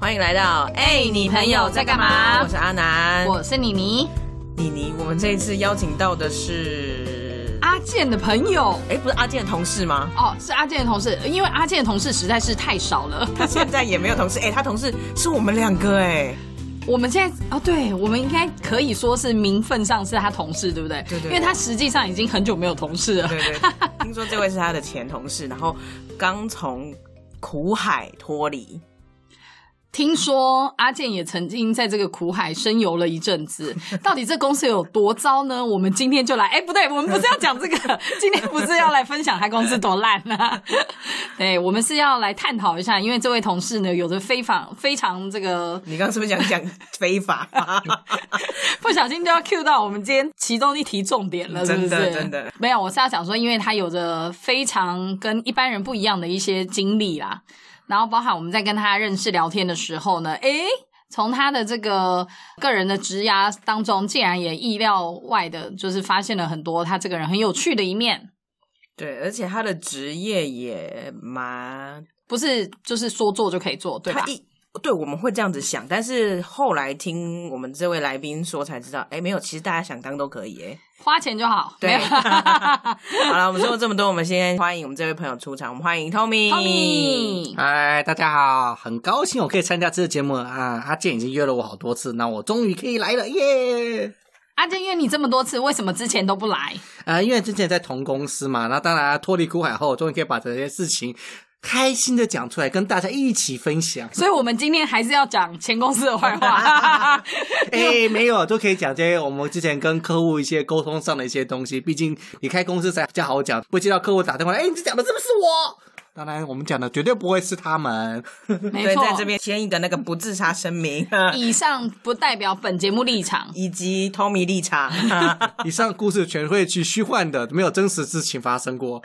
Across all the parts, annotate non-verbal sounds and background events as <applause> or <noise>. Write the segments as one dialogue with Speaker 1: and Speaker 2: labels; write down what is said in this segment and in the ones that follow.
Speaker 1: 欢迎来到哎、你朋友在干嘛？我是阿南，
Speaker 2: 我是妮妮，
Speaker 1: 妮妮。我们这一次邀请到的是，
Speaker 2: 阿健的朋友。
Speaker 1: 哎、不是阿健的同事吗？
Speaker 2: 哦，是阿健的同事，因为阿健的同事实在是太少了。
Speaker 1: 他现在也没有同事，哎、 <laughs> 他同事是我们两个哎、
Speaker 2: 我们现在哦，对，我们应该可以说是名分上是他同事，对不对？
Speaker 1: 对对
Speaker 2: 因为他实际上已经很久没有同事了。
Speaker 1: 对对， <laughs> 听说这位是他的前同事，然后刚从苦海脱离，
Speaker 2: 听说阿健也曾经在这个苦海深游了一阵子，到底这公司有多糟呢？我们今天就来，哎，不对，我们不是要讲这个，今天不是要来分享他公司多烂啊？对，我们是要来探讨一下，因为这位同事呢，有着非常非常这个
Speaker 1: 你刚刚是不是想讲非法？ <laughs>
Speaker 2: <laughs> 不小心就要 cue 到我们今天其中一题重点了，是不
Speaker 1: 真
Speaker 2: 是？
Speaker 1: 的真的
Speaker 2: 没有，我是要讲说，因为他有着非常跟一般人不一样的一些经历啦，然后包含我们在跟他认识聊天的时候呢，诶。从他的这个个人的职涯当中，竟然也意料外的，就是发现了很多他这个人很有趣的一面，
Speaker 1: 对，而且他的职业也蛮
Speaker 2: 不是就是说做就可以做，对吧
Speaker 1: 他？一对我们会这样子想，但是后来听我们这位来宾说才知道，哎，没有，其实大家想当都可以，哎，
Speaker 2: 花钱就好，
Speaker 1: 对。
Speaker 2: 没有
Speaker 1: 好了，我们说了这么多，我们先欢迎我们这位朋友出场，我们欢迎 Tommy。
Speaker 2: <laughs> Tommy，
Speaker 3: 嗨，大家好，很高兴我可以参加这个节目啊！阿健已经约了我好多次，那我终于可以来了耶！
Speaker 2: 阿健约你这么多次，为什么之前都不来？
Speaker 3: 啊，因为之前在同公司嘛，那当然脱离苦海后，终于可以把这些事情开心的讲出来，跟大家一起分
Speaker 2: <laughs>
Speaker 3: 享。
Speaker 2: 所以我们今天还是要讲前公司的坏话。
Speaker 3: 哎，没有都可以讲这些我们之前跟客户一些沟通上的一些东西，毕竟你开公司才比较好讲，不接到客户打电话来，哎，你讲的是不是我？当然，我们讲的绝对不会是他们。
Speaker 2: 没
Speaker 1: 对，
Speaker 2: 错，
Speaker 1: 在这边签一个那个不自杀声明， <laughs>
Speaker 2: 以上不代表本节目立场。
Speaker 1: 以及 Tommy 立场。
Speaker 3: 以上故事全会去虚幻的，没有真实事情发生过。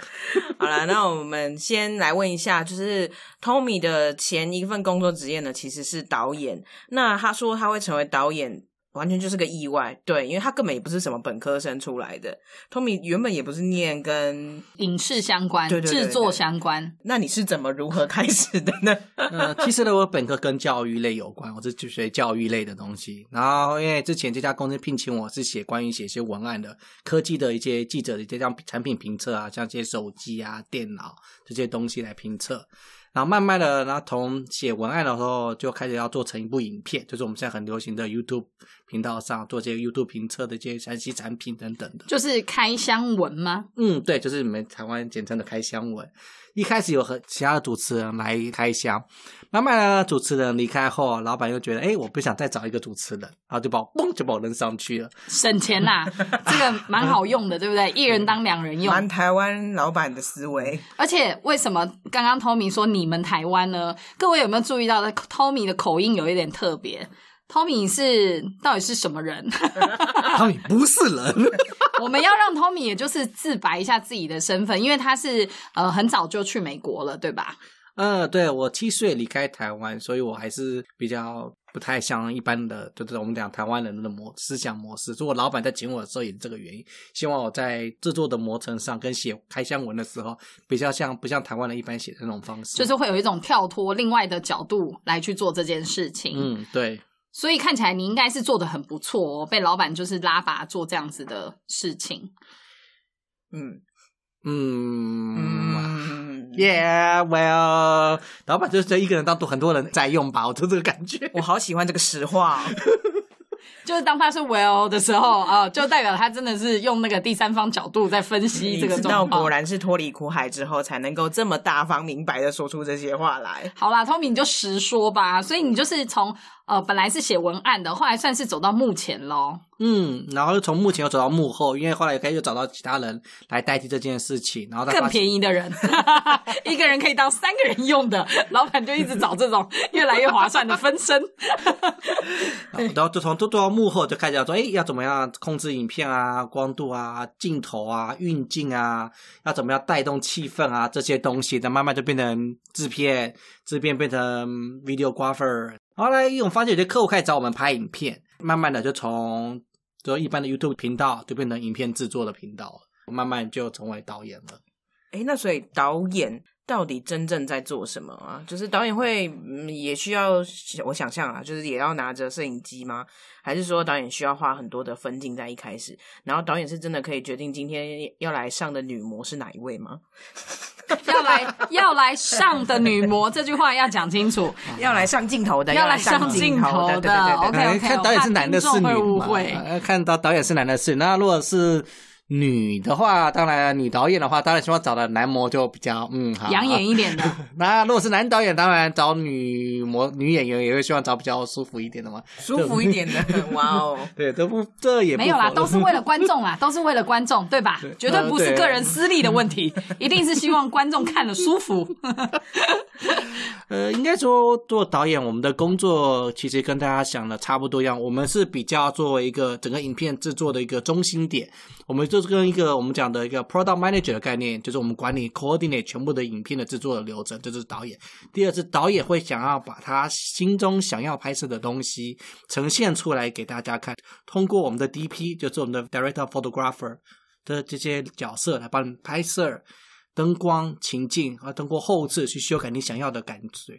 Speaker 1: 好了，那我们先来问一下，就是 Tommy 的前一份工作职业呢，其实是导演。那他说他会成为导演，完全就是个意外，对，因为他根本也不是什么本科生出来的。Tommy 原本也不是念跟，
Speaker 2: 影视相关、
Speaker 1: 对对对对
Speaker 2: 制作相关，
Speaker 1: 那你是怎么如何开始的
Speaker 2: <laughs>
Speaker 1: 呢？
Speaker 3: <laughs> 呃，其实呢，我本科跟教育类有关，我是去学教育类的东西。然后因为之前这家公司聘请我是写关于写一些文案的，科技的一些记者的一些像产品评测啊，像这些手机啊、电脑这些东西来评测。然后慢慢的，然后从写文案的时候就开始要做成一部影片，就是我们现在很流行的 YouTube 频道上做这些 YouTube 评测的这些山西产品等等的。
Speaker 2: 就是开箱文吗？
Speaker 3: 嗯，对，就是你们台湾简称的开箱文。一开始有和其他的主持人来开箱，慢慢呢，主持人离开后，老板又觉得，哎，我不想再找一个主持人，然后就把我嘣就把我扔上去了。
Speaker 2: 省钱 <laughs> 啦、这个蛮好用的，对不对？一人当两人用
Speaker 1: 玩。台湾老板的思维，
Speaker 2: 而且为什么刚刚 Tommy 说你们台湾呢？各位有没有注意到，Tommy 的口音有一点特别？Tommy 是到底是什么 <laughs> 人？
Speaker 3: 他们不是人， <laughs>
Speaker 2: 我们要让 Tommy 也就是自白一下自己的身份，因为他是呃很早就去美国了，对吧？
Speaker 3: 嗯，对我七岁离开台湾，所以我还是比较不太像一般的，就是我们讲台湾人的模思想模式。所以我老板在请我的时候也是这个原因，希望我在制作的磨程上跟写开箱文的时候，比较像不像台湾人一般写的那种方式。
Speaker 2: 就是会有一种跳脱另外的角度来去做这件事情。
Speaker 3: 嗯，对。
Speaker 2: 所以看起来你应该是做的很不错哦，被老板就是拉拔做这样子的事情。 <laughs>
Speaker 1: 嗯
Speaker 3: 嗯
Speaker 1: 嗯，
Speaker 3: ，Yeah, well，老板就是一个人当多很多人在用吧，我就这个感觉。
Speaker 1: 我好喜欢这个实话、哦。
Speaker 2: 就是当他是 well 的时候啊、就代表他真的是用那个第三方角度在分析这个
Speaker 1: 你知道，
Speaker 2: 状
Speaker 1: 果
Speaker 2: 况。
Speaker 1: 然是脱离苦海之后，才能够这么大方明白的说出这些话来。
Speaker 2: 好啦，Tommy 你就实说吧。所以你就是从呃本来是写文案的，后来算是走到幕前喽。
Speaker 3: 嗯，然后又从幕前又走到幕后，因为后来可以又找到其他人来代替这件事情，然后再
Speaker 2: 更
Speaker 3: 发现
Speaker 2: 便宜
Speaker 1: <laughs>
Speaker 2: 的人， <laughs> 一个人可以当三个人用的，老板就一直找这种越来越划算的分身。
Speaker 3: 然后就从做到幕后就开始要说，哎，要怎么样控制影片啊、光度啊、镜头啊、运镜啊，要怎么样带动气氛啊这些东西，那慢慢就变成制片，制片变成 videographer。后来我发现有些客户开始找我们拍影片，慢慢的就从就一般的 YouTube 频道就变成影片制作的频道了，慢慢就成为导演了。
Speaker 1: 诶，那所以导演到底真正在做什么啊？就是导演会、嗯、也需要我想象啊，就是也要拿着摄影机吗？还是说导演需要画很多的分镜在一开始？然后导演是真的可以决定今天要来上的女模是哪一位吗？
Speaker 2: 要来要来上的女模这句话要讲清楚，
Speaker 1: <laughs> 要来上镜头的，
Speaker 2: 要来
Speaker 1: 上
Speaker 2: 上
Speaker 1: 镜
Speaker 2: 镜头
Speaker 1: 的，对对
Speaker 2: 的
Speaker 1: 对对
Speaker 2: OK，
Speaker 1: 对
Speaker 3: 哎看导演是男的，是
Speaker 2: 我怕
Speaker 3: 女
Speaker 2: 听众会误
Speaker 3: 嘛
Speaker 2: 会？
Speaker 3: 呃看到导演是男的，是那如果是女的话，当然女导演的话，当然希望找的男模就比较嗯好 <laughs>
Speaker 2: 养眼一点的。
Speaker 3: 那如果是男导演，当然找女模女演员也会希望找比较舒服一点的嘛。
Speaker 1: 舒服一点的，哇哦！
Speaker 2: <laughs>
Speaker 3: 对，这不这也不
Speaker 2: 没有啦，
Speaker 3: 否
Speaker 2: 都是为了观众
Speaker 3: <laughs>
Speaker 2: 啦，都是为了观众，对吧？绝对不是个人私利的问题， <laughs> 一定是希望观众看了舒服。
Speaker 3: 嗯呃，应该说做导演，我们的工作其实跟大家想的差不多一样。我们是比较作为一个整个影片制作的一个中心点，我们就是跟一个我们讲的一个 product manager 的概念，就是我们管理 coordinate 全部的影片的制作的流程，这就是导演。第二是导演会想要把他心中想要拍摄的东西呈现出来给大家看，通过我们的 DP，就是我们的 director photographer 的这些角色来帮你拍摄。灯光、情境啊，通过后置去修改你想要的感觉，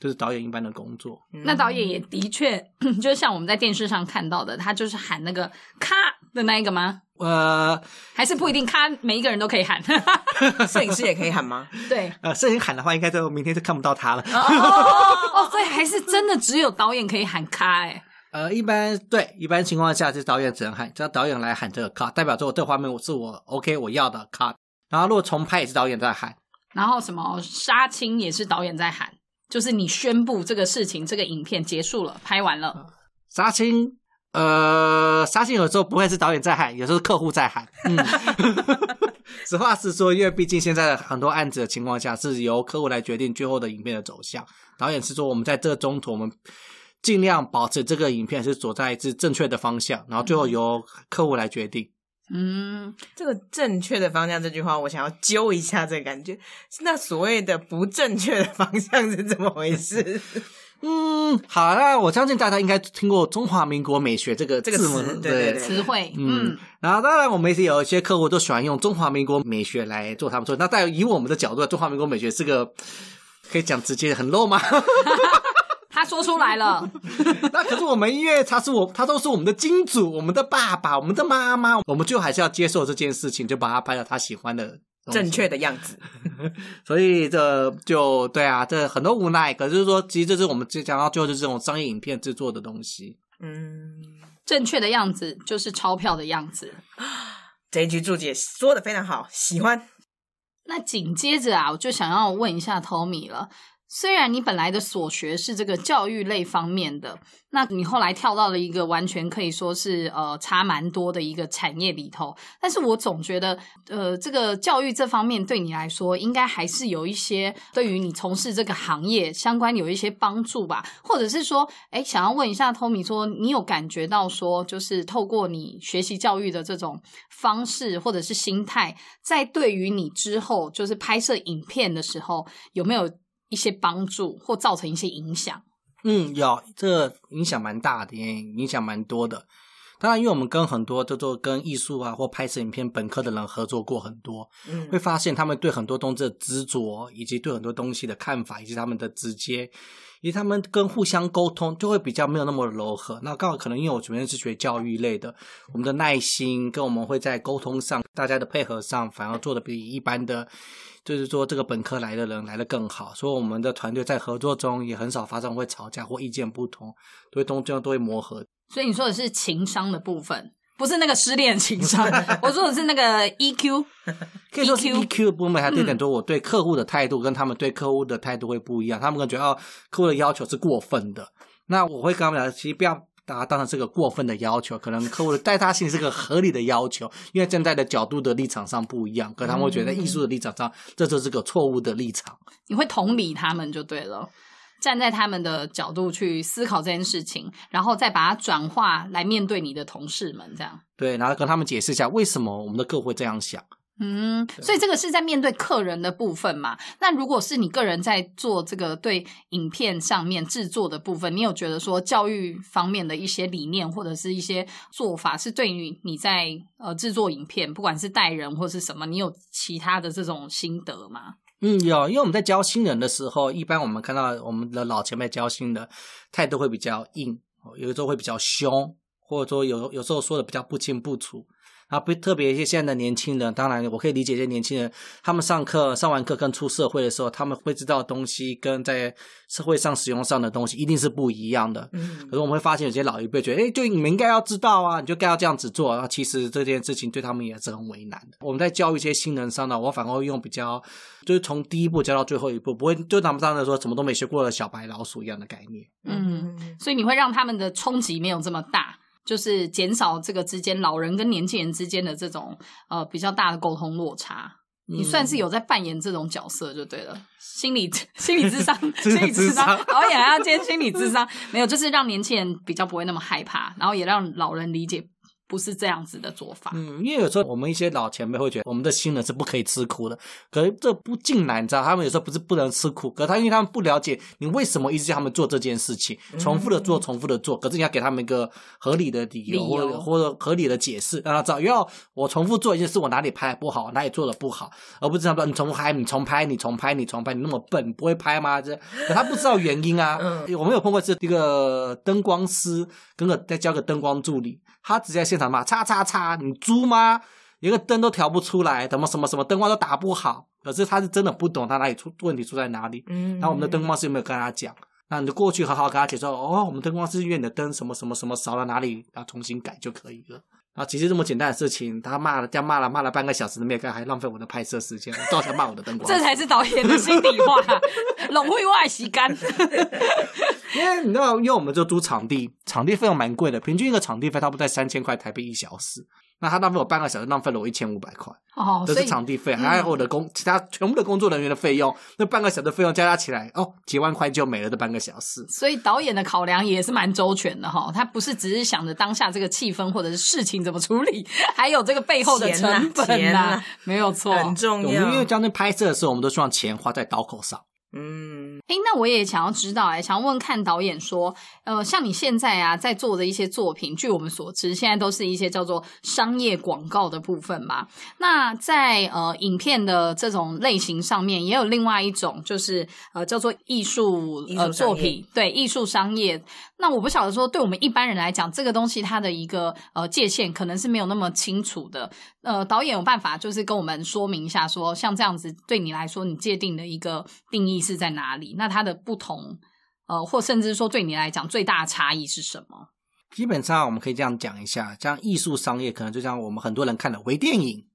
Speaker 3: 这是导演一般的工作。
Speaker 1: 嗯
Speaker 2: 那导演也的确， <clears throat> 就像我们在电视上看到的，他就是喊那个“咔”的那一个吗？
Speaker 3: 呃
Speaker 2: 还是不一定咔，每一个人都可以喊。 <laughs>
Speaker 1: 摄影师也可以喊吗？ <laughs>
Speaker 2: 对，
Speaker 3: 呃，摄影喊的话，应该就明天就看不到他了。
Speaker 2: 哦哦哦，所以还是真的只有导演可以喊咔哎、
Speaker 3: 呃，一般对，一般情况下是导演只能喊，只要导演来喊这个 cut，代表说这个画面我是我 OK 我要的 cut。然后如果重拍也是导演在喊，
Speaker 2: 然后什么杀青也是导演在喊，就是你宣布这个事情，这个影片结束了，拍完了，
Speaker 3: 杀青。呃，杀青有时候不会是导演在喊，有时候是客户在喊。嗯， <laughs> 实话实说，因为毕竟现在很多案子的情况下是由客户来决定最后的影片的走向。导演是说，我们在这中途我们尽量保持这个影片是走在是正确的方向，然后最后由客户来决定。
Speaker 2: 嗯，
Speaker 1: 这个正确的方向这句话，我想要揪一下这个感觉。那所谓的不正确的方向是怎么回 <laughs> 事？
Speaker 3: 嗯，好，那我相信大家应该听过中华民国美学这个
Speaker 1: 这个
Speaker 3: 字母，
Speaker 1: 词对对对
Speaker 2: 词汇，
Speaker 3: 嗯
Speaker 2: 嗯
Speaker 3: 然后当然，我们也有一些客户都喜欢用中华民国美学来做他们说。那在以我们的角度，中华民国美学是个可以讲直接
Speaker 1: <laughs>
Speaker 3: 很 low 吗？
Speaker 2: 他说出来了，
Speaker 3: 那可是我们因为他是我，他都是我们的金主，我们的爸爸，我们的妈妈，我们最后还是要接受这件事情，就把它拍到他喜欢的东西
Speaker 1: 正确。的样子，
Speaker 3: 所以这就对啊，这很多无奈。可是说，其实这是我们只讲到最后就是这种商业影片制作的东西。
Speaker 1: 嗯，
Speaker 2: 正确的样子就是钞票的样子。
Speaker 1: 这一句注解说的非常好，喜欢。
Speaker 2: 那紧接着啊，我就想要问一下 Tommy 了。虽然你本来的所学是这个教育类方面的，那你后来跳到了一个完全可以说是呃差蛮多的一个产业里头，但是我总觉得呃这个教育这方面对你来说，应该还是有一些对于你从事这个行业相关有一些帮助吧，或者是说，哎，想要问一下 Tommy 说，你有感觉到说，就是透过你学习教育的这种方式或者是心态，在对于你之后就是拍摄影片的时候，有没有一些帮助或造成一些影响？
Speaker 3: 嗯，有这影响蛮大的，也影响蛮多的。当然，因为我们跟很多叫做跟艺术啊或拍摄影片本科的人合作过很多，
Speaker 1: 嗯
Speaker 3: 会发现他们对很多东西的执着，以及对很多东西的看法，以及他们的直接，以及他们跟互相沟通，就会比较没有那么柔和。那刚好可能因为我主要是学教育类的，我们的耐心跟我们会在沟通上，大家的配合上，反而做的比一般的，就是说这个本科来的人来的更好。所以我们的团队在合作中也很少发生会吵架或意见不同，都会中间都会磨合
Speaker 2: 所以你说的是情商的部分，不是那个失恋情商，我说的是那个 E EQ。
Speaker 3: 可以说是
Speaker 2: EQ
Speaker 3: EQ 的部分，还有一点说我对客户的态度跟他们对客户的态度会不一样，他们可能觉得哦，客户的要求是过分的，那我会跟他们讲，其实不要。把它当成是个过分的要求，可能客户的在他心里是个合理的要求，因为站在的角度的立场上不一样，可能他们会觉得在艺术的立场上，这就是个错误的立场。
Speaker 2: 你会同理他们就对了，站在他们的角度去思考这件事情，然后再把它转化来面对你的同事们，这样。
Speaker 3: 对，然后跟他们解释一下为什么我们的客户会这样想。
Speaker 2: 嗯，所以这个是在面对客人的部分嘛？那如果是你个人在做这个对影片上面制作的部分，你有觉得说教育方面的一些理念或者是一些做法，是对于你在呃制作影片，不管是带人或是什么，你有其他的这种心得吗？
Speaker 3: 嗯，有，因为我们在教新人的时候，一般我们看到我们的老前辈教新的态度会比较硬，哦有时候会比较凶，或者说有有时候说的比较不清不楚。啊，不特别一些现在的年轻人，当然我可以理解一些年轻人，他们上课上完课跟出社会的时候，他们会知道的东西跟在社会上使用上的东西一定是不一样的。
Speaker 1: 嗯
Speaker 3: 可是我们会发现，有些老一辈觉得，哎、就你们应该要知道啊，你就该要这样子做。然后其实这件事情对他们也是很为难的。我们在教育一些新人上呢，我反而会用比较，就是从第一步教到最后一步，不会就拿不上的说什么都没学过的小白老鼠一样的概念。
Speaker 2: 嗯，所以你会让他们的冲击没有这么大，就是减少这个之间老人跟年轻人之间的这种呃比较大的沟通落差。
Speaker 3: 嗯
Speaker 2: 你算是有在扮演这种角色就对了，心理 <laughs> 心理智商，
Speaker 3: 真的
Speaker 2: 心理智
Speaker 3: 智商
Speaker 2: 商，导演还要兼心理智商，没有，就是让年轻人比较不会那么害怕，然后也让老人理解不是这样子的做法。
Speaker 3: 嗯，因为有时候我们一些老前辈会觉得我们的新人是不可以吃苦的，可是这不尽然，你知道，他们有时候不是不能吃苦，可是他因为他们不了解你为什么一直叫他们做这件事情，重复的做，重复的做，可是你要给他们一个合理的理由
Speaker 2: 理由
Speaker 3: 或者或者合理的解释，让他知道，要我重复做一件事，我哪里拍得不好，哪里做的不好，而不是他们说你重拍，你重拍，你重拍，你重拍，你那么笨，你不会拍吗？这可他不知道原因啊。我们有碰过是一个灯光师，跟个再教个灯光助理，他直接在现场骂：叉叉叉，你猪吗？一个灯都调不出来，怎么什么什么灯光都打不好。可是他是真的不懂他哪里出问题出在哪里。
Speaker 1: 嗯
Speaker 3: 然后我们的灯光师有没有跟他讲？那你就过去好好跟他解说，哦，我们灯光师因为你的灯什么什么什么少了哪里，然后重新改就可以了。啊，其实这么简单的事情，他骂了，这样骂了骂了半个小时都没有干，还浪费我的拍摄时间，我照常骂我的灯光师。
Speaker 2: 这才是导演的心底 <laughs> 话，拢会外洗 <laughs> 干。
Speaker 3: 因为你知道，因为我们就租场地，场地费用蛮贵的，平均一个场地费差不多在三千块台币一小时。那他浪费我半个小时，浪费了我一千五百块，
Speaker 2: 哦，
Speaker 3: 这
Speaker 2: 所
Speaker 3: 是
Speaker 2: 以
Speaker 3: 场地费，还有我的工、其他全部的工作人员的费用，那半个小时的费用加加起来，哦，几万块就没了这半个小时。
Speaker 2: 所以导演的考量也是蛮周全的哈，他不是只是想着当下这个气氛或者是事情怎么处理，还有这个背后的
Speaker 1: 钱啊
Speaker 2: 成本
Speaker 1: 钱
Speaker 2: 呐、
Speaker 1: 啊
Speaker 2: 没有错。
Speaker 1: 很重
Speaker 3: 我
Speaker 1: 要
Speaker 3: 们因为，将军拍摄的时候，我们都希望钱花在刀口上。
Speaker 1: 嗯，
Speaker 2: 诶，那我也想要知道哎、想要问看导演说，呃，像你现在啊在做的一些作品，据我们所知，现在都是一些叫做商业广告的部分嘛。那在呃影片的这种类型上面，也有另外一种，就是呃叫做艺术
Speaker 1: 艺术
Speaker 2: 呃
Speaker 1: 商
Speaker 2: 作
Speaker 1: 业
Speaker 2: 品，对艺术商业。那我不晓得说，对我们一般人来讲，这个东西它的一个呃界限可能是没有那么清楚的。呃，导演有办法就是跟我们说明一下说像这样子对你来说，你界定的一个定义是在哪里？那它的不同，呃，或甚至说对你来讲最大的差异是什么？
Speaker 3: 基本上我们可以这样讲一下，像艺术商业可能就像我们很多人看的微电影、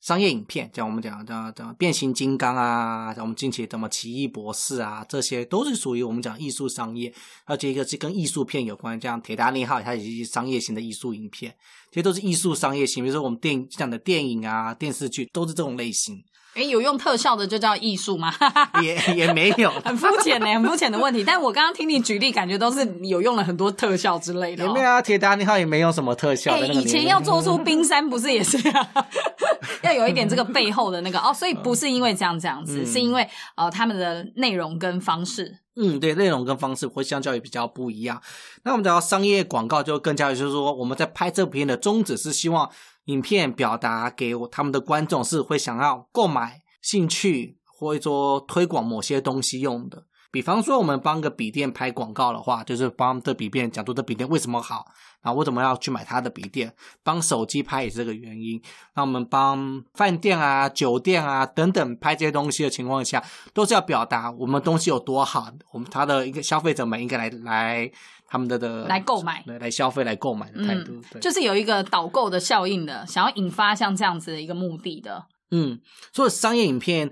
Speaker 3: 商业影片，像我们讲讲讲变形金刚啊，像我们近期什么奇异博士啊，这些都是属于我们讲艺术商业，而且一个是跟艺术片有关，像《铁达尼号》它也是一商业型的艺术影片，这些都是艺术商业型，比如说我们电影讲的电影啊、电视剧都是这种类型，
Speaker 2: 诶，有用特效的就叫艺术吗？ <laughs>
Speaker 3: 也也没有，
Speaker 2: 很肤浅呢，很肤浅的问题。但我刚刚听你举例，感觉都是有用了很多特效之类的、
Speaker 3: 也
Speaker 2: 哦。
Speaker 3: 没有啊，《铁达尼号》也没有什么特效
Speaker 2: 哎、
Speaker 3: 的那个
Speaker 2: 以
Speaker 3: 年
Speaker 2: 前
Speaker 3: 代
Speaker 2: 要做出冰山，不是也是、啊、 <laughs> 要有一点这个背后的那个哦，所以不是因为这样这样子，
Speaker 3: 嗯
Speaker 2: 是因为呃他们的内容跟方式。
Speaker 3: 嗯，对，内容跟方式会相较于比较不一样。那我们讲到商业广告，就更加就是说，我们在拍这部片的宗旨是希望影片表达给我他们的观众是会想要购买、兴趣，或者说推广某些东西用的。比方说，我们帮个笔电拍广告的话，就是帮这笔电讲出这笔电为什么好，啊，为什么要去买它的笔电？帮手机拍也是这个原因。那我们帮饭店啊、酒店啊等等拍这些东西的情况下，都是要表达我们东西有多好，我们他的一个消费者们应该来来他们的的
Speaker 2: 来购买
Speaker 3: 来来消费、来购买的态度。对，
Speaker 2: 就是有一个导购的效应的，想要引发像这样子的一个目的的。
Speaker 3: 嗯，所以商业影片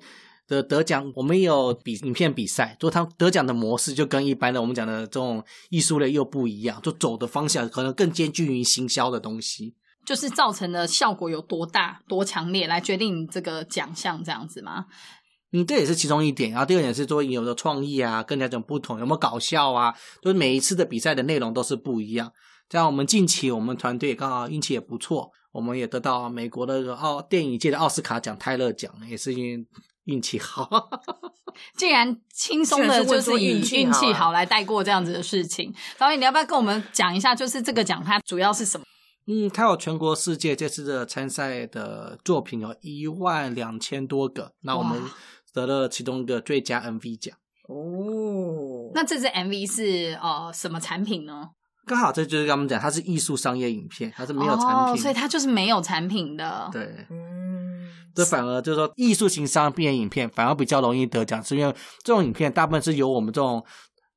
Speaker 3: 的得奖，我们也有比影片比赛，就它得奖的模式就跟一般的我们讲的这种艺术类又不一样，就走的方向可能更接近于行销的东西。
Speaker 2: 就是造成的效果有多大、多强烈，来决定你这个奖项这样子吗？
Speaker 3: 嗯，这也是其中一点。然后第二点是说有的创意啊，跟哪种不同，有没有搞笑啊，就是每一次的比赛的内容都是不一样。像我们近期我们团队刚好运气也不错，我们也得到美国的那个奥电影界的奥斯卡奖泰勒奖，也是因为运气好。
Speaker 2: 既然轻松的就是以运
Speaker 1: 居然是问说
Speaker 2: 气
Speaker 1: 运气好
Speaker 2: 好来带过这样子的事情，导演你要不要跟我们讲一下，就是这个奖它主要是什么？
Speaker 3: 嗯，它有全国、世界这次的参赛的作品有一万两千多个，那我们
Speaker 2: 哇
Speaker 3: 得了其中一个最佳 MV 奖。
Speaker 1: 哦，
Speaker 2: 那这支 MV 是呃什么产品呢？
Speaker 3: 刚好这就是跟我们讲，它是艺术商业影片，它是没有产品，
Speaker 2: 哦，所以它就是没有产品的。
Speaker 3: 对。
Speaker 1: 嗯，
Speaker 3: 这反而就是说，艺术型商业影片反而比较容易得奖，是因为这种影片大部分是由我们这种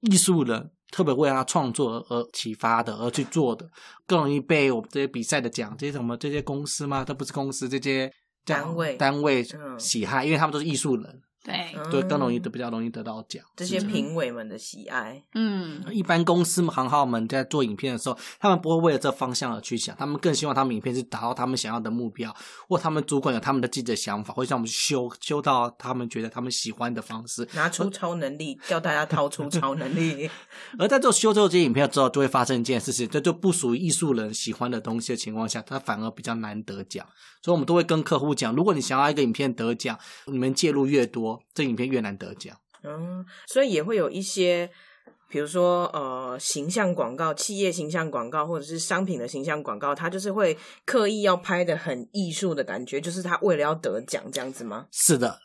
Speaker 3: 艺术人特别为他创作而而启发的，而去做的，更容易被我们这些比赛的奖，这些什么这些公司嘛，这不是公司这些奖
Speaker 1: 单位
Speaker 3: 单位
Speaker 1: 嗯
Speaker 3: 喜爱，因为他们都是艺术人，
Speaker 2: 对，
Speaker 3: 所以更容易
Speaker 1: 嗯
Speaker 3: 得比较容易得到奖。
Speaker 1: 这
Speaker 3: 是
Speaker 1: 些
Speaker 3: 这样
Speaker 1: 评委们的喜爱，
Speaker 2: 嗯，
Speaker 3: 一般公司行号们在做影片的时候，他们不会为了这方向而去想，他们更希望他们影片是达到他们想要的目标，或他们主管有他们的自己的想法，会让我们修修到他们觉得他们喜欢的方式。
Speaker 1: 拿出超能力，叫大家掏出超能力。
Speaker 3: 而在做修这些影片之后，就会发生一件事情，这就不属于艺术人喜欢的东西的情况下，它反而比较难得奖。所以我们都会跟客户讲，如果你想要一个影片得奖，你们介入越多，这影片越难得奖。
Speaker 1: 嗯，所以也会有一些，比如说呃，形象广告、企业形象广告，或者是商品的形象广告，它就是会刻意要拍的很艺术的感觉，就是他为了要得奖这样子吗？
Speaker 3: 是的，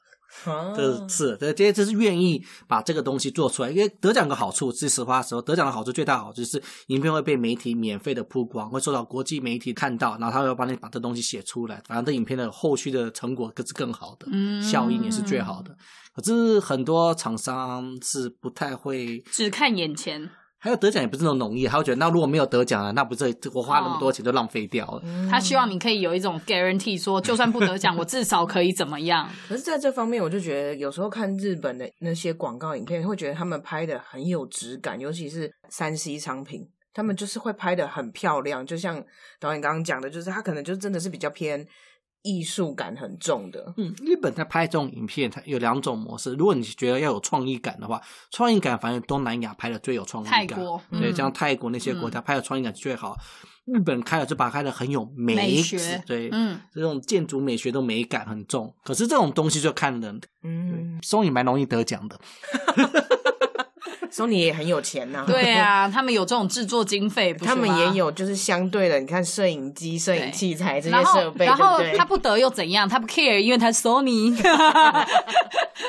Speaker 1: 啊
Speaker 3: 这是这这这是愿意把这个东西做出来，因为得奖的好处是实话实说，得奖的好处最大的好处是影片会被媒体免费的曝光，会受到国际媒体看到，然后他会帮你把这东西写出来，反正这影片的后续的成果更是更好的，
Speaker 2: 嗯
Speaker 3: 呃效应也是最好的。可是很多厂商是不太会。
Speaker 2: 嗯只看眼前。
Speaker 3: 还有得奖也不是那种容易，他会觉得那如果没有得奖啊，那不是我花那么多钱就浪费掉了。
Speaker 1: 嗯
Speaker 2: 他希望你可以有一种 guarantee，说就算不
Speaker 1: <laughs>
Speaker 2: 得奖，我至少可以怎么样？
Speaker 1: 可是在这方面，我就觉得有时候看日本的那些广告影片，会觉得他们拍的很有质感，尤其是三 C 商品，他们就是会拍的很漂亮。就像导演刚刚讲的，就是他可能就真的是比较偏艺术感很重的。
Speaker 3: 嗯，日本在拍这种影片，它有两种模式。如果你觉得要有创意感的话，创意感反正东南亚拍的最有创意
Speaker 2: 泰
Speaker 3: 感，
Speaker 2: 国
Speaker 3: 对，
Speaker 2: 嗯
Speaker 3: 像泰国那些国家拍的创意感最好。日本开了就把它开的很有美
Speaker 2: 美学
Speaker 3: 对，
Speaker 1: <laughs>
Speaker 2: 嗯，
Speaker 3: 这种建筑美学的美感很重。可是这种东西就看人，
Speaker 1: 嗯，
Speaker 3: 松影蛮容易得奖的。
Speaker 1: 索尼也很有钱呐、
Speaker 2: <laughs> 对啊，他们有这种制作经费，不是
Speaker 1: 他们
Speaker 2: 吗
Speaker 1: 也。有就是相对的，你看摄影机、摄影器材这些
Speaker 2: 然
Speaker 1: 设
Speaker 2: 后，
Speaker 1: 备，
Speaker 2: 然后
Speaker 1: 对不
Speaker 2: 他
Speaker 1: 对？
Speaker 2: 不得又怎样？他不 care，因为他
Speaker 1: <laughs>
Speaker 2: 是 Sony。啊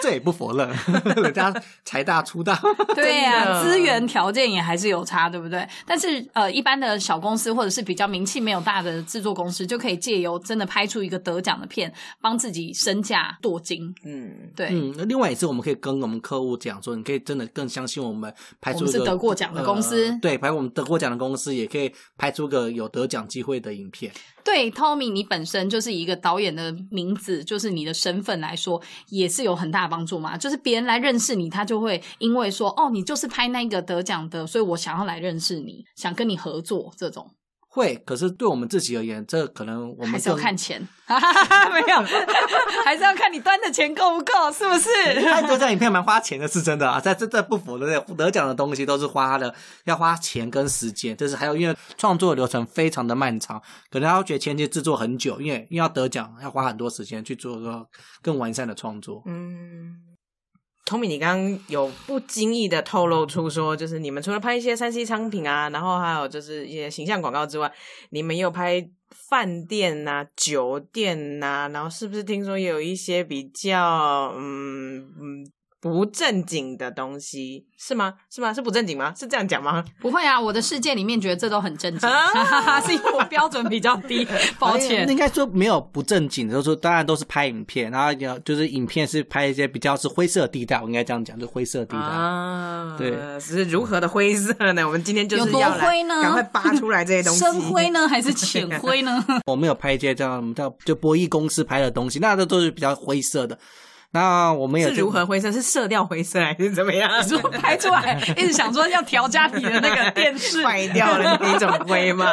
Speaker 3: 这也不否认， <laughs> 人家财大出大。
Speaker 2: 对
Speaker 1: 真
Speaker 2: 啊，
Speaker 1: 的
Speaker 2: 资源条件也还是有差，对不对？但是呃，一般的小公司或者是比较名气没有大的制作公司，就可以借由真的拍出一个得奖的片，帮自己身价镀金。
Speaker 1: 嗯，
Speaker 2: 对，
Speaker 3: 嗯，那另外也是我们可以跟我们客户讲说，你可以真的更相信我们拍
Speaker 2: 我
Speaker 3: 出
Speaker 2: 们
Speaker 3: 一
Speaker 2: 是
Speaker 3: 个
Speaker 2: 得过奖的公司
Speaker 3: 呃对，拍我们得过奖的公司也可以拍出个有得奖机会的影片。
Speaker 2: 对，Tommy，你本身就是一个导演的名字，就是你的身份来说，也是有很大的帮助嘛。就是别人来认识你，他就会因为说，哦，你就是拍那个得奖的，所以我想要来认识你，想跟你合作这种。
Speaker 3: 会，可是对我们自己而言，这可能我们
Speaker 2: 还是要
Speaker 3: 更 <laughs>
Speaker 2: 看。钱， <laughs> 没有， <laughs> 还是要看你端的钱够不够，是不是？
Speaker 3: 看得奖影片蛮花钱的，是真的啊，在这这不否认的，得奖的东西都是花的，要花钱跟时间，就是还有因为创作的流程非常的漫长，可能要觉得前期制作很久，因为因为要得奖要花很多时间去做个更完善的创作。
Speaker 1: 嗯，Tommy，你刚刚有不经意的透露出说，就是你们除了拍一些三 C 商品啊，然后还有就是一些形象广告之外，你们也有拍饭店呐、酒店呐、然后是不是听说也有一些比较嗯嗯不正经的东西？是吗？是吗？是不正经吗？是这样讲吗？
Speaker 2: 不会啊，我的世界里面觉得这都很正经，
Speaker 1: 啊
Speaker 2: <laughs> 是因为我标准比较低，抱歉
Speaker 3: 哎应。该说没有不正经的，就是说当然都是拍影片，然后有就是影片是拍一些比较是灰色地带，我应该这样讲，就是灰色地带。
Speaker 1: 啊，
Speaker 3: 对
Speaker 1: 只是如何的灰色呢？我们今天就是
Speaker 2: 有多
Speaker 1: 要来
Speaker 2: 灰呢
Speaker 1: 赶快扒出来这些东西。
Speaker 2: 深灰呢，还是浅灰呢？ <laughs>
Speaker 3: 我们有拍一些这样我们叫就博弈公司拍的东西，那这都是比较灰色的。那我们也
Speaker 1: 是如何灰色？是色调灰色还是怎么
Speaker 2: <laughs>
Speaker 1: 样？，
Speaker 2: 说拍出来，一直想说要调家里的那个电
Speaker 1: <laughs>
Speaker 2: 视
Speaker 1: 坏掉了那种灰
Speaker 2: <laughs>
Speaker 1: 吗？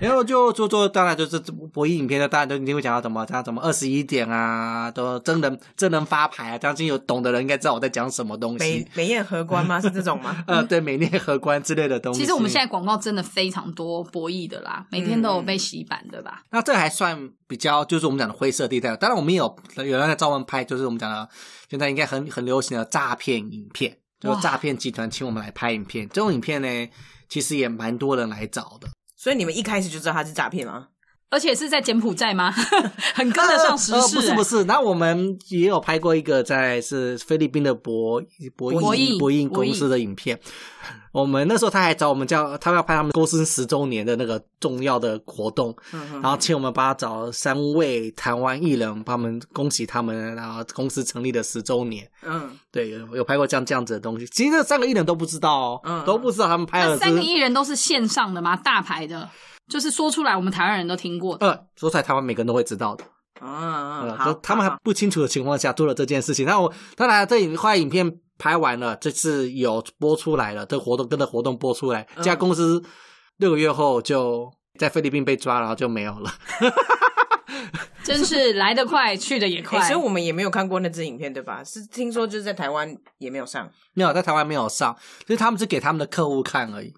Speaker 3: 然后就做做，当然就是博弈影片的，当然都一定会讲到怎么讲怎么二十一点啊，都真人真人发牌啊，相信有懂的人应该知道我在讲什么东
Speaker 1: 美
Speaker 3: 西。
Speaker 1: 美艳荷官
Speaker 2: <laughs>
Speaker 1: 吗？是这种吗？
Speaker 3: 呃，对，美念荷官之类的东西。
Speaker 2: 其实我们现在广告真的非常多博弈的啦，每天都
Speaker 3: 嗯
Speaker 2: 有被洗版，对吧？
Speaker 3: 那这还算比较，就是我们讲的灰色地带。当然，我们也有有人在招文拍，就是我们讲的现在应该很很流行的诈骗影片，就是
Speaker 2: 哇
Speaker 3: 诈骗集团请我们来拍影片。这种影片呢，其实也蛮多人来找的。
Speaker 1: 所以你们一开始就知道他是诈骗吗？
Speaker 2: 而且是在柬埔寨吗？ <laughs> 很跟得上时
Speaker 3: 呃
Speaker 2: 事、欸
Speaker 3: 不是不
Speaker 2: 是，
Speaker 3: 是，那我们也有拍过一个在是菲律宾的博博
Speaker 2: 博
Speaker 3: 映
Speaker 2: 映
Speaker 3: 博映
Speaker 2: 博映
Speaker 3: 公司的影片。我们那时候他还找我们叫他要拍他们公司十周年的那个重要的活动，
Speaker 2: 嗯
Speaker 3: 然后请我们帮他找三位台湾艺人，帮他们恭喜他们，然后公司成立的十周年。
Speaker 1: 嗯，
Speaker 3: 对，有有拍过这样这样子的东西。其实那三个艺人都不知道哦，
Speaker 1: 嗯
Speaker 3: 都不知道他们拍
Speaker 2: 那
Speaker 3: 了
Speaker 2: 三个
Speaker 3: 是。
Speaker 2: 艺人都是线上的吗？大牌的，就是说出来我们台湾人都听过的。
Speaker 3: 呃，说出来台湾每个人都会知道的。
Speaker 1: 嗯
Speaker 2: 啊
Speaker 1: 嗯，
Speaker 3: 呃，
Speaker 1: 好
Speaker 3: 都，他们还
Speaker 1: 好
Speaker 3: 不清楚的情况下做了这件事情。那我当然这影块影片拍完了，这次有播出来了，这活动跟着活动播出
Speaker 1: 嗯
Speaker 3: 来，这家公司六个月后就在菲律宾被抓，然后就没有了。 <laughs> 呃
Speaker 2: 真是来得快，去得也快。
Speaker 1: 诶所以我们也没有看过那支影片，对吧？是听说就是在台湾也没有上，
Speaker 3: 没有在台湾没有上，就是他们是给他们的客户看而已。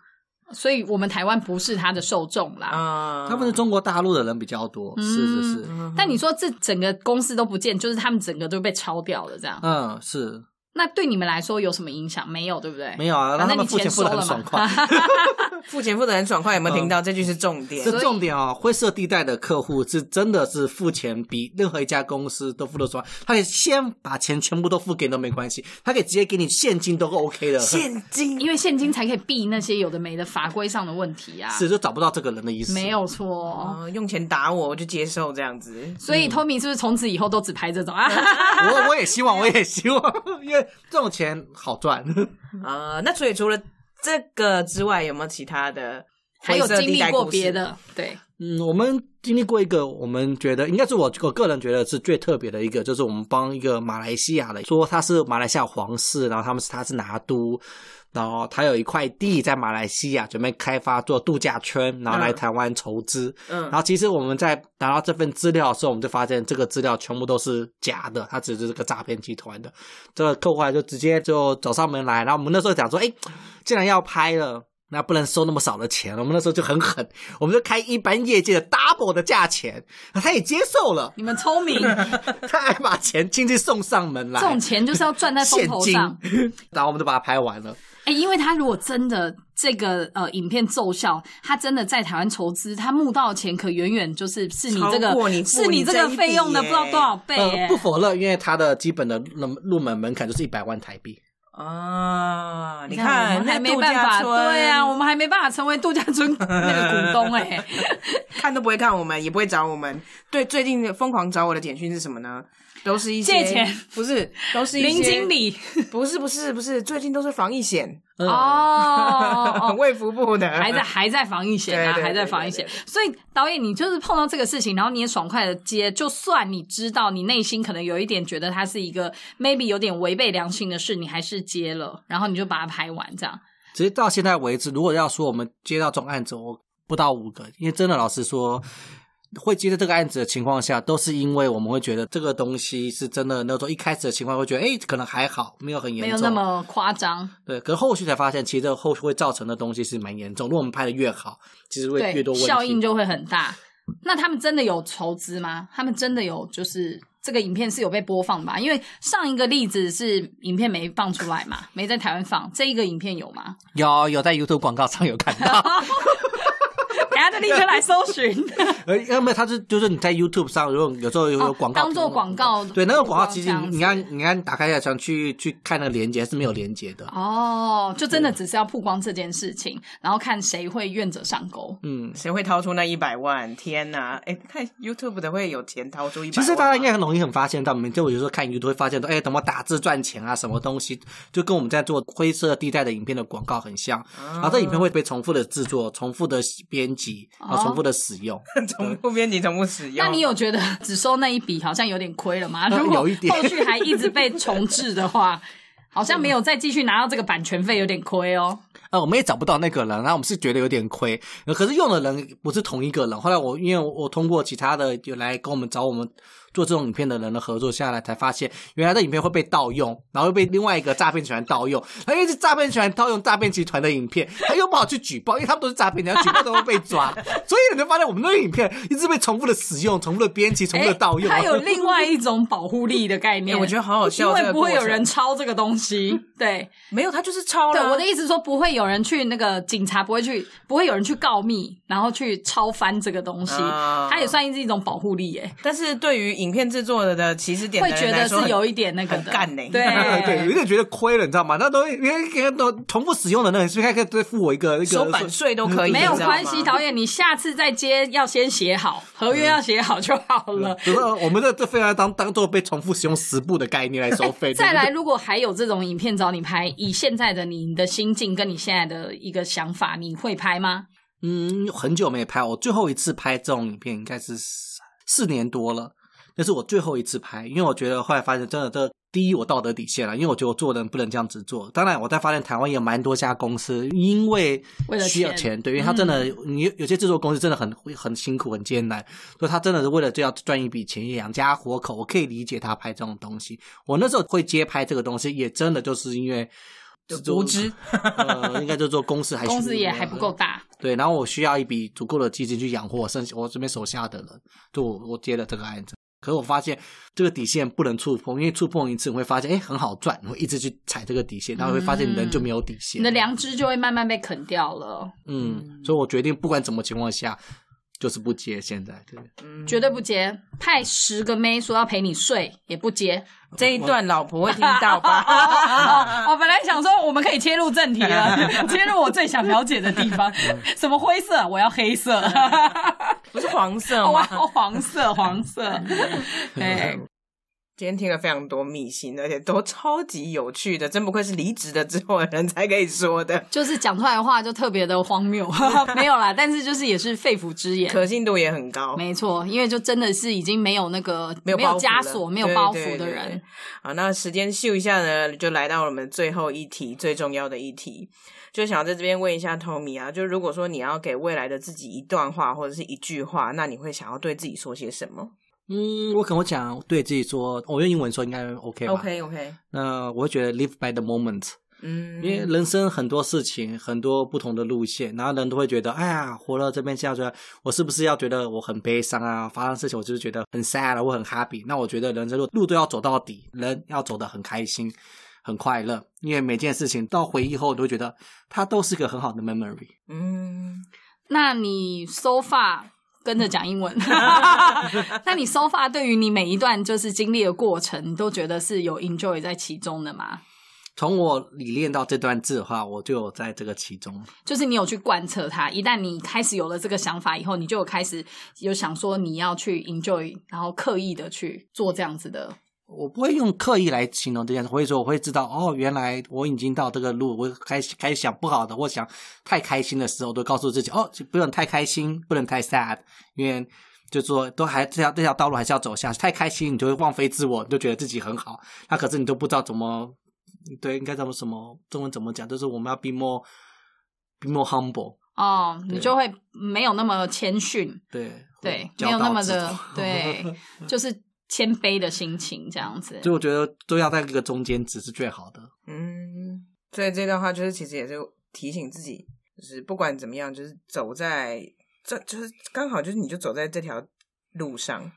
Speaker 2: 所以我们台湾不是他的受众啦。
Speaker 3: 嗯
Speaker 1: 啊，
Speaker 3: 他们
Speaker 2: 嗯
Speaker 3: 是中国大陆的人比较多，是是是，
Speaker 2: 但你说这整个公司都不见，就是他们整个都被抄掉了，这样。
Speaker 3: 嗯是
Speaker 2: 那对你们来说有什么影响？没有，对不对？
Speaker 3: 没有啊，让
Speaker 2: 反正
Speaker 3: 他们
Speaker 2: 哎你
Speaker 3: 付
Speaker 2: 钱
Speaker 3: 钱付
Speaker 2: 收
Speaker 3: 的
Speaker 2: 了
Speaker 3: 很
Speaker 2: 嘛。
Speaker 3: 爽快。
Speaker 2: <laughs>
Speaker 1: 付钱付的很爽快，有没有听到？
Speaker 2: 嗯
Speaker 1: 这句是重点。
Speaker 3: 这重点哦，灰色地带的客户是真的是付钱比任何一家公司都付得出来，他可以先把钱全部都付给你都没关系，他可以直接给你现金都 OK 的，
Speaker 1: 现金
Speaker 2: 因为现金才可以避那些有的没的法规上的问题啊。
Speaker 3: 是就找不到这个人的意思。
Speaker 2: 没，有错。
Speaker 1: 哦，用钱打我，我就接受这样子。
Speaker 2: 所以 Tommy 是不是从此以后都只拍这种啊？
Speaker 3: 我我也希望，我也希望，因为这种钱好赚。
Speaker 1: 啊、那所以除了这个之外，有没有其他的？
Speaker 2: <laughs> 还有经历过别，的，对，
Speaker 3: 嗯，我们经历过一个，我们觉得应该是我我个人觉得是最特别的一个，就是我们帮一个马来西亚的说他是马来西亚皇室，然后他们是他是拿督，然后他有一块地在马来西亚准备开发做度假村，然后来
Speaker 1: 嗯
Speaker 3: 台湾筹资。
Speaker 1: 嗯
Speaker 3: 然后其实我们在拿到这份资料的时候，我们就发现这个资料全部都是假的，它只是个诈骗集团的。这个客户啊就直接就找上门来，然后我们那时候讲说，哎，既然要拍了。那不能收那么少的钱，我们那时候就很狠，我们就开一般业界的 double 的价钱，他也接受了， <laughs>
Speaker 2: 你们聪明，
Speaker 3: 他还把钱亲自送上门来，
Speaker 2: 这种钱就是要赚在风
Speaker 3: 现
Speaker 2: 头
Speaker 3: 金 <laughs>
Speaker 2: 上。，
Speaker 3: 然后我们就把它拍完了。
Speaker 2: 哎、因为他如果真的这个呃影片奏效，他真的在台湾筹资，他募到的钱可远远就是是你这
Speaker 1: 超过
Speaker 2: 个
Speaker 1: 你付
Speaker 2: 是
Speaker 1: 你
Speaker 2: 你这
Speaker 1: 这
Speaker 2: 个
Speaker 1: 一笔
Speaker 2: 费用的
Speaker 1: 耶
Speaker 2: 不知道多少倍、耶
Speaker 3: 呃，不否认，因为它的基本的入入门门槛就是一百万台币。
Speaker 1: 啊，你
Speaker 2: 哎我
Speaker 1: 看
Speaker 2: 们还
Speaker 1: 那
Speaker 2: 没
Speaker 1: 度
Speaker 2: 办
Speaker 1: 假
Speaker 2: 法，
Speaker 1: 村，
Speaker 2: 对啊，我们还没办法成为度假村那个股东哎、
Speaker 1: 看都不会看我们，也不会找我们。对，最近疯狂找我的简讯是什么呢？都是一些
Speaker 2: 借钱，
Speaker 1: 不是，都是一些
Speaker 2: 林经，理
Speaker 1: 不是不是不是，最近都是防疫险，
Speaker 3: 嗯
Speaker 2: 哦哦
Speaker 1: 很
Speaker 2: 哦。
Speaker 1: <laughs> 卫福部的，
Speaker 2: 还在还在防疫险
Speaker 1: 对
Speaker 2: 啊，
Speaker 1: 对对
Speaker 2: 还在防疫险，所以导演，你就是碰到这个事情，然后你也爽快的接，就算你知道你内心可能有一点觉得它是一个 maybe 有点违背良心的事，你还是接了，然后你就把它拍完，这样
Speaker 3: 其实到现在为止，如果要说我们接到这种案子，我不到五个，因为真的老实说，会接到这个案子的情况下，都是因为我们会觉得这个东西是真的。那时候一开始的情况会觉得，哎，可能还好，没有很严
Speaker 2: 没
Speaker 3: 重，
Speaker 2: 有那么夸张。
Speaker 3: 对。可是后续才发现，其实这个后续会造成的东西是蛮严重。如果我们拍的越好，其实会
Speaker 2: 对，
Speaker 3: 越多问题，
Speaker 2: 效应就会很大。那他们真的有筹资吗？他们真的有就是这个影片是有被播放吧？因为上一个例子是影片没放出来嘛，没在台湾放，这一个影片有吗？
Speaker 3: 有有在 YouTube 广告上有看
Speaker 2: <laughs>
Speaker 3: 到。
Speaker 2: 等下就立刻来搜寻。
Speaker 3: 呃，要么它是就是你在 YouTube 上，如果有时候有有
Speaker 2: 哦
Speaker 3: 广告，
Speaker 2: 当做广告
Speaker 3: 对那个广告，其实
Speaker 2: 曝光
Speaker 3: 你
Speaker 2: 这样
Speaker 3: 看你看打开下想去去看那个连接是没有连接的，
Speaker 2: 哦，就真的只是要曝光这件事情，然后看谁会愿者上钩。
Speaker 3: 嗯。
Speaker 1: 谁会掏出那一百万？天哪！哎、看 YouTube 的会有钱掏出一百。
Speaker 3: 其实大家应该很容易很发现到，每就我有时候看 YouTube 会发现到，哎，怎么打字赚钱啊，什么东西，就跟我们在做灰色地带的影片的广告很像。然后这影片会被重复的制作、重复的编辑，然后重复的使用。
Speaker 1: 重复编辑、重复使 <laughs> 用。
Speaker 2: 那你有觉得只收那一笔好像有点亏了吗？
Speaker 3: 呃
Speaker 2: 如果
Speaker 3: <laughs> 有一点
Speaker 2: 后续还一直被重置的话，好像没有再继续拿到这个版权费，有点亏哦。
Speaker 3: 啊，我们也找不到那个人，然后我们是觉得有点亏，可是用的人不是同一个人。后来我因为我通过其他的有来跟我们找我们做这种影片的人的合作下来，才发现原来的影片会被盗用，然后又被另外一个诈骗集团盗用，他因为是诈骗集团盗用诈骗集团的影片，他又不好去举报，因为他们都是诈骗，你要举报都会被抓，所以你就发现我们那个影片一直被重复的使用、重复的编 <laughs> 辑、重复的盗用。啊
Speaker 2: 它哎有另外一种保护力的概念，
Speaker 1: 欸我觉得好好笑
Speaker 2: 因
Speaker 1: 这
Speaker 2: 为
Speaker 1: 个
Speaker 2: 不会
Speaker 1: 过
Speaker 2: 有人抄这个东西。对，
Speaker 1: 没有，他就是抄
Speaker 2: 对，
Speaker 1: 了。
Speaker 2: 我的意思说不会有人去那个警察不会去，不会有人去告密，然后去抄翻这个东西，
Speaker 1: 啊
Speaker 2: 它也算是一种保护力耶，
Speaker 1: 但是对于影片制作的起始点的
Speaker 2: 会
Speaker 1: 人
Speaker 2: 觉
Speaker 1: 来
Speaker 2: 得
Speaker 1: 说
Speaker 2: 是
Speaker 1: 很
Speaker 2: 有一点那个
Speaker 1: 很
Speaker 2: 的，
Speaker 1: 干欸
Speaker 3: <laughs> 对，
Speaker 1: <laughs>
Speaker 3: 有
Speaker 2: 对。
Speaker 3: 点觉得亏了，你知道吗？那都因为因为都重复使用的那个，所以还可以再付我一个那个
Speaker 1: 收版税都可以，
Speaker 2: 没有
Speaker 1: 你知道吗
Speaker 2: 关系，导演，你下次再接要先写好合约，要写好就好了。
Speaker 3: 只是我们这这非常当当做被重复使用十部的概念来收费。
Speaker 2: 再来，
Speaker 3: 对
Speaker 2: 如果还有这种影片找你拍，以现在的你你的心境跟你现在的一个想法，你会拍吗？
Speaker 3: 不对，嗯，很久没拍，我最后一次拍这种影片应该是四四年多了，那是我最后一次拍，因为我觉得后来发现真的这。第一，我道德底线了，因为我觉得我做人不能这样子做。当然，我在发现台湾也蛮多家公司，因为
Speaker 2: 为了
Speaker 3: 需要
Speaker 2: 钱
Speaker 3: 钱，对，因为他真的，
Speaker 2: 嗯
Speaker 3: 你有些制作公司真的很会很辛苦、很艰难，所以他真的是为了这要赚一笔钱养家活口，我可以理解他拍这种东西。我那时候会接拍这个东西，也真的就是因为
Speaker 1: 就
Speaker 3: 制作
Speaker 1: 无知，
Speaker 3: <laughs> 呃，应该就做公司还
Speaker 2: 公司
Speaker 3: 需
Speaker 2: 也还不够大，
Speaker 3: 对，然后我需要一笔足够的基金去养活我剩我这边手下的人，就我我接了这个案子。可是我发现这个底线不能触碰，因为触碰一次你会发现，哎，很好赚，你会一直去踩这个底线，然后会发现你人就没有底线。
Speaker 2: 你的良知就会慢慢被啃掉了，
Speaker 3: 嗯，所以我决定不管怎么情况下，就是不接。现在对，
Speaker 1: 嗯
Speaker 2: 绝对不接。派十个妹说要陪你睡也不接。
Speaker 1: 这一段老婆会听到
Speaker 2: 哦
Speaker 1: 吧？
Speaker 2: <laughs>
Speaker 1: 啊
Speaker 2: 哦，哦本来想说我们可以切入正
Speaker 1: <laughs>
Speaker 2: 题了，切入我最想了解的地方，什么灰色，我要黑色，
Speaker 1: 嗯
Speaker 2: <laughs>
Speaker 1: 不是黄色
Speaker 2: 我
Speaker 1: 吗？
Speaker 2: 要黄色，黄色。
Speaker 1: 嗯
Speaker 2: <laughs> 对，
Speaker 1: 今天听了非常多秘辛，而且都超级有趣的，真不愧是离职的之后的人才可以说
Speaker 2: <laughs>
Speaker 1: 的，
Speaker 2: 就是讲出来的话就特别的荒
Speaker 1: <laughs>
Speaker 2: 谬，没有啦，但是就是也是肺腑之言。
Speaker 1: 可信度也很高。
Speaker 2: 没错，因为就真的是已经没有那个
Speaker 1: 没有包袱了
Speaker 2: 枷锁、没有
Speaker 1: 对
Speaker 2: 包
Speaker 1: 对
Speaker 2: 袱的
Speaker 1: 对
Speaker 2: 人
Speaker 1: 对，好，那时间秀一下呢，就来到我们最后一题，最重要的一题，就想在这边问一下 Tommy 啊，就如果说你要给未来的自己一段话或者是一句话，那你会想要对自己说些什么
Speaker 3: 嗯，我可能会讲对自己说，我用英文说应该 OK 吧。
Speaker 1: ？OK OK，
Speaker 3: 那我会觉得 live by the moment，
Speaker 1: 嗯，
Speaker 3: 因为人生很多事情，很多不同的路线，然后人都会觉得，哎呀，活到这边现在觉得我是不是要觉得我很悲伤啊？发生事情我就是觉得很 sad，啊我很 happy。那我觉得人生路路都要走到底，人要走得很开心，很快乐，因为每件事情到回忆后，你都会觉得它都是个很好的 memory。
Speaker 1: 嗯，
Speaker 2: 那你 so far 跟着讲英文，那你 so far 对于你每一段就是经历的过程，你都觉得是有 enjoy 在其中的吗？
Speaker 3: 从我理念到这段字的话，我就有在这个其中。
Speaker 2: 就是你有去贯彻它，一旦你开始有了这个想法以后，你就有开始有想说你要去 enjoy，然后刻意的去做这样子的。
Speaker 3: 我不会用刻意来形容这件事，我会说我会知道哦，原来我已经到这个路，我开始开始想不好的，或想太开心的时候，我都告诉自己哦，不能太开心，不能太 sad，因为就说都还这条这条道路还是要走下去。太开心，你就会放飞自我，你就觉得自己很好，那可是你都不知道怎么对，应该怎么什么中文怎么讲，就是我们要 be more be more humble，
Speaker 2: 哦，你
Speaker 3: 对
Speaker 2: 就会没有那么谦逊，
Speaker 3: 对
Speaker 2: 对，
Speaker 3: 教
Speaker 2: 没有那
Speaker 3: 导
Speaker 2: 么
Speaker 3: 自
Speaker 2: 的
Speaker 3: 己
Speaker 2: 对，就是谦卑的心情这样子。
Speaker 3: <laughs> 所以我觉得都要在一个中间值是最好的。
Speaker 1: 嗯，所以这段话就是其实也是提醒自己，就是不管怎么样，就是走在这就是刚好就是你就走在这条路上，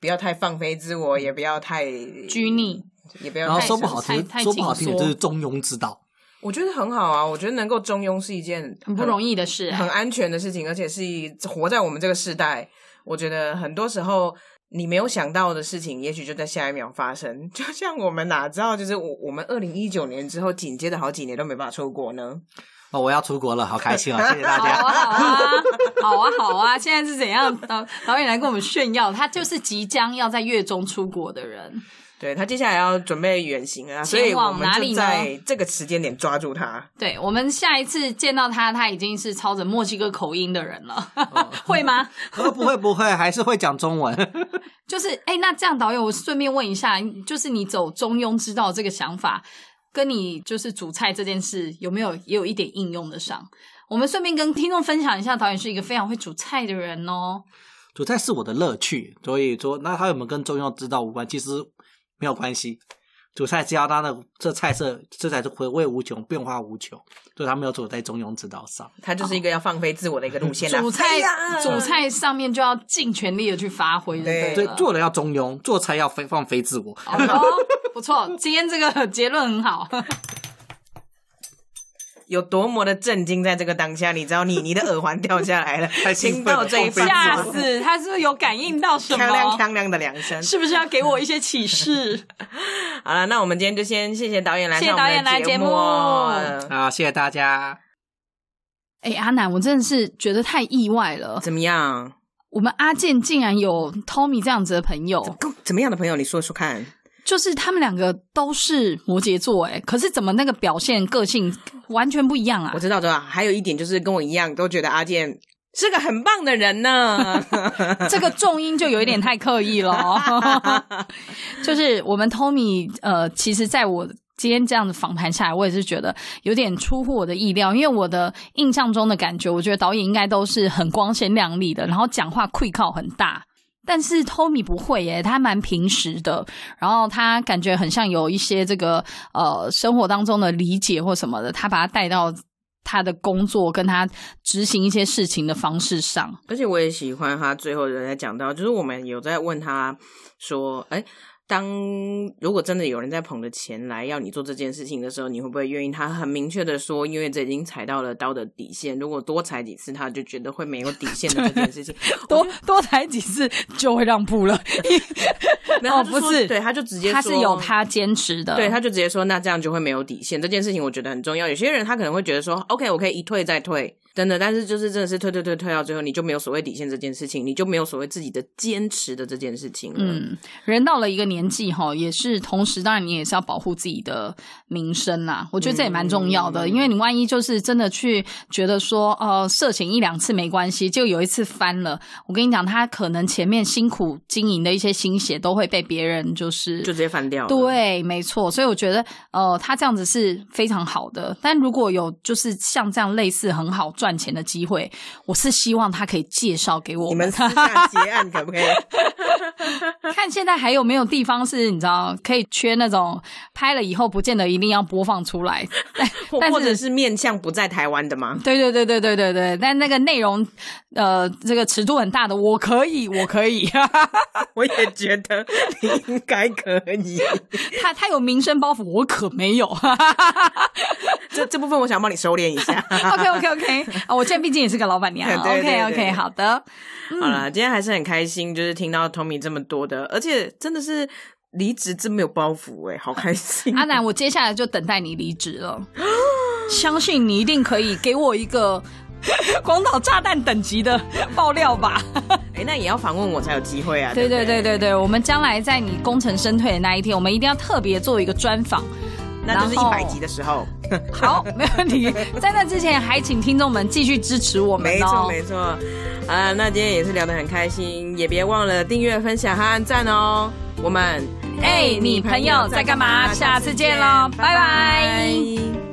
Speaker 1: 不要太放飞自我，也不要太
Speaker 2: 拘泥，
Speaker 1: 也不要
Speaker 3: 然后
Speaker 1: 太
Speaker 3: 说不
Speaker 1: 小
Speaker 3: 好
Speaker 2: 太
Speaker 3: 听，
Speaker 2: 太
Speaker 3: 说不好听
Speaker 2: 紧
Speaker 3: 的
Speaker 2: 缩
Speaker 3: 就是中庸之道。
Speaker 1: 我觉得很好啊，我觉得能够中庸是一件
Speaker 2: 很不容
Speaker 1: 易、
Speaker 2: 易的
Speaker 3: <laughs>
Speaker 2: 事、
Speaker 1: 很
Speaker 2: 欸。
Speaker 1: 安全的事情，而且是一活在我们这个时代，我觉得很多时候。你没有想到的事情，也许就在下一秒发生。 <laughs> 就像我们哪知道，就是我我们二零一九年之后，紧接着好几年都没办法出国呢。
Speaker 3: 哦，我要出国了，好开
Speaker 2: <laughs>
Speaker 3: 心啊！谢谢大
Speaker 2: 好啊，
Speaker 3: 家。
Speaker 2: 好啊，好啊，好啊！现在是怎样？导导演来跟我们炫耀，他就是即将要在月中出国的人。
Speaker 1: 对他接下来要准备远行啊，所
Speaker 2: 前
Speaker 1: 以我
Speaker 2: 往
Speaker 1: 们
Speaker 2: 哪里
Speaker 1: 就
Speaker 2: 呢
Speaker 1: 在这个时间点抓住他。
Speaker 2: 对我们下一次见到他，他已经是操着墨西哥口音的人了，会吗？
Speaker 3: 哦不会不会，还是会讲中文。
Speaker 2: 就是哎、那这样导演，我顺便问一下，就是你走中庸之道这个想法，跟你就是煮菜这件事有没有也有一点应用得上？我们顺便跟听众分享一下，导演是一个非常会煮菜的人哦。
Speaker 3: 煮菜是我的乐趣，所以说那它有没有跟中药指导无关？其实没有关系。煮菜只要它的这菜色，这才是回味无穷，变化无穷，所以它没有走在中庸之道上。
Speaker 1: 它就是一个要放飞自我的一个路线啦。
Speaker 2: 主菜
Speaker 1: 哎呀
Speaker 2: 主菜上面就要尽全力的去发挥，
Speaker 1: 对
Speaker 3: 所
Speaker 2: 对
Speaker 3: 以
Speaker 2: 了。
Speaker 3: 做人要中庸，做菜要非放飞自我。
Speaker 2: 哦，不 <laughs> 错，今天这个结论很好。
Speaker 1: 有多么的震惊，在这个当下，你知道你你的耳环掉下
Speaker 2: <laughs>
Speaker 1: 来了，
Speaker 3: 太兴
Speaker 1: 听
Speaker 3: 奋
Speaker 1: 到
Speaker 3: 了
Speaker 1: 这一
Speaker 3: 放
Speaker 1: 番，
Speaker 3: 飞
Speaker 2: 啊吓死！他是不是有感应到什
Speaker 1: 锵亮
Speaker 2: 么？
Speaker 1: 锵亮的两声。
Speaker 2: 是不是要给我一些启示？
Speaker 1: 好了，那我们今天就先谢谢导演来
Speaker 2: 谢谢
Speaker 1: 上我们的哦
Speaker 2: 导演来节目
Speaker 1: 目
Speaker 3: 啊，谢谢大家。
Speaker 2: <laughs> 哎、阿南，我真的是觉得太意外了。
Speaker 1: 呃怎么样？
Speaker 2: 我们阿健竟然有 Tommy 这样子的朋友，
Speaker 1: 跟怎么样的朋友，你说说看。
Speaker 2: 就是他们两个都是摩羯座，哎，可是怎么那个表现个性完全不一样啊
Speaker 1: 我？知道，知道。还有一点就是跟我一样，都觉得阿健是个很棒的人呢。
Speaker 2: 这个重音就有一点太刻意了哦。就是我们 Tommy，呃，其实在我今天这样的访谈下来，我也是觉得有点出乎我的意料，因为我的印象中的感觉，我觉得导演应该都是很光鲜亮丽的，然后讲话 quick 靠很大。但是 Tommy 不会耶，他蛮平实的，然后他感觉很像有一些这个呃生活当中的理解或什么的，他把他带到他的工作跟他执行一些事情的方式上。
Speaker 1: 而且我也喜欢他最后人家讲到，就是我们有在问他说，哎、当如果真的有人在捧着钱来要你做这件事情的时候，你会不会愿意？他很明确的说，因为这已经踩到了刀的底线，如果多踩几次，他就觉得会没有底线的这件事情。
Speaker 2: <laughs> 多多踩几次就会
Speaker 1: <laughs>
Speaker 2: 让步了。
Speaker 1: 然后他就
Speaker 2: 哦不
Speaker 1: 说
Speaker 2: 是，
Speaker 1: 对，他就直接
Speaker 2: 他是有
Speaker 1: 说
Speaker 2: 他坚持的，
Speaker 1: 对，他就直接说，那这样就会没有底线。这件事情我觉得很重要。有些人他可能会觉得说，OK，我可以一退再退，真的，但是就是真的是退退退退到最后，你就没有所谓底线这件事情，你就没有所谓自己的坚持的这件事情。嗯，
Speaker 2: 嗯，人到了一个年纪哈，也是同时，当然你也是要保护自己的名声啦。我觉得这也蛮重要
Speaker 1: 嗯
Speaker 2: 的，因为你万一就是真的去觉得说，呃，色情一两次没关系，就有一次翻了，我跟你讲，他可能前面辛苦经营的一些心血都会被别人就是
Speaker 1: 就直接翻掉了。
Speaker 2: 对，没错，所以我觉得，呃，他这样子是非常好的。但如果有就是像这样类似很好赚钱的机会，我是希望他可以介绍给我
Speaker 1: 你们私下结案可不
Speaker 2: <laughs>
Speaker 1: 可以？
Speaker 2: 看现在还有没有地方是你知道可以缺那种拍了以后不见得一定要播放出来，
Speaker 1: 或
Speaker 2: 但是
Speaker 1: 或者是面向不在台湾的吗？ <laughs>
Speaker 2: 对对对对对对对，但那个内容，呃，这个尺度很大的，我可以，我可以， <laughs>
Speaker 1: 我也觉得你应该可
Speaker 2: <laughs>
Speaker 1: 以。
Speaker 2: 他他有名声包袱，我可
Speaker 1: <laughs>
Speaker 2: 没有。 <laughs>
Speaker 1: 这这部分我想帮你收敛一下。
Speaker 2: OK OK OK，啊，我现在毕竟也是个老板娘。
Speaker 1: <laughs> 对对对
Speaker 2: OK
Speaker 1: 对
Speaker 2: OK，好的。嗯
Speaker 1: 好啦，今天还是很开心，就是听到 Tommy 这么多的，而且真的是离职真没有包袱哎、好开
Speaker 2: <laughs>
Speaker 1: 心。
Speaker 2: 阿南，我接下来就等待你离职了，相信你一定可以给我一个 <laughs> 广岛炸弹等级的爆料吧。
Speaker 1: 哎、那也要访问我才有机会啊！
Speaker 2: 对
Speaker 1: 对
Speaker 2: 对
Speaker 1: 不
Speaker 2: 对，对对，我们将来在你功成身退的那一天，我们一定要特别做一个专访。
Speaker 1: 那就是
Speaker 2: 然
Speaker 1: 一
Speaker 2: 后
Speaker 1: 百集的时候，
Speaker 2: 好，没问 <laughs> 题。在那之前，还请听众们继续支持我们
Speaker 1: 没错
Speaker 2: 哦。
Speaker 1: 没错。啊，那今天也是聊得很开心，也别忘了订阅、分享和按赞哦。我们哎
Speaker 2: 哎你朋友在干嘛下次见咯拜拜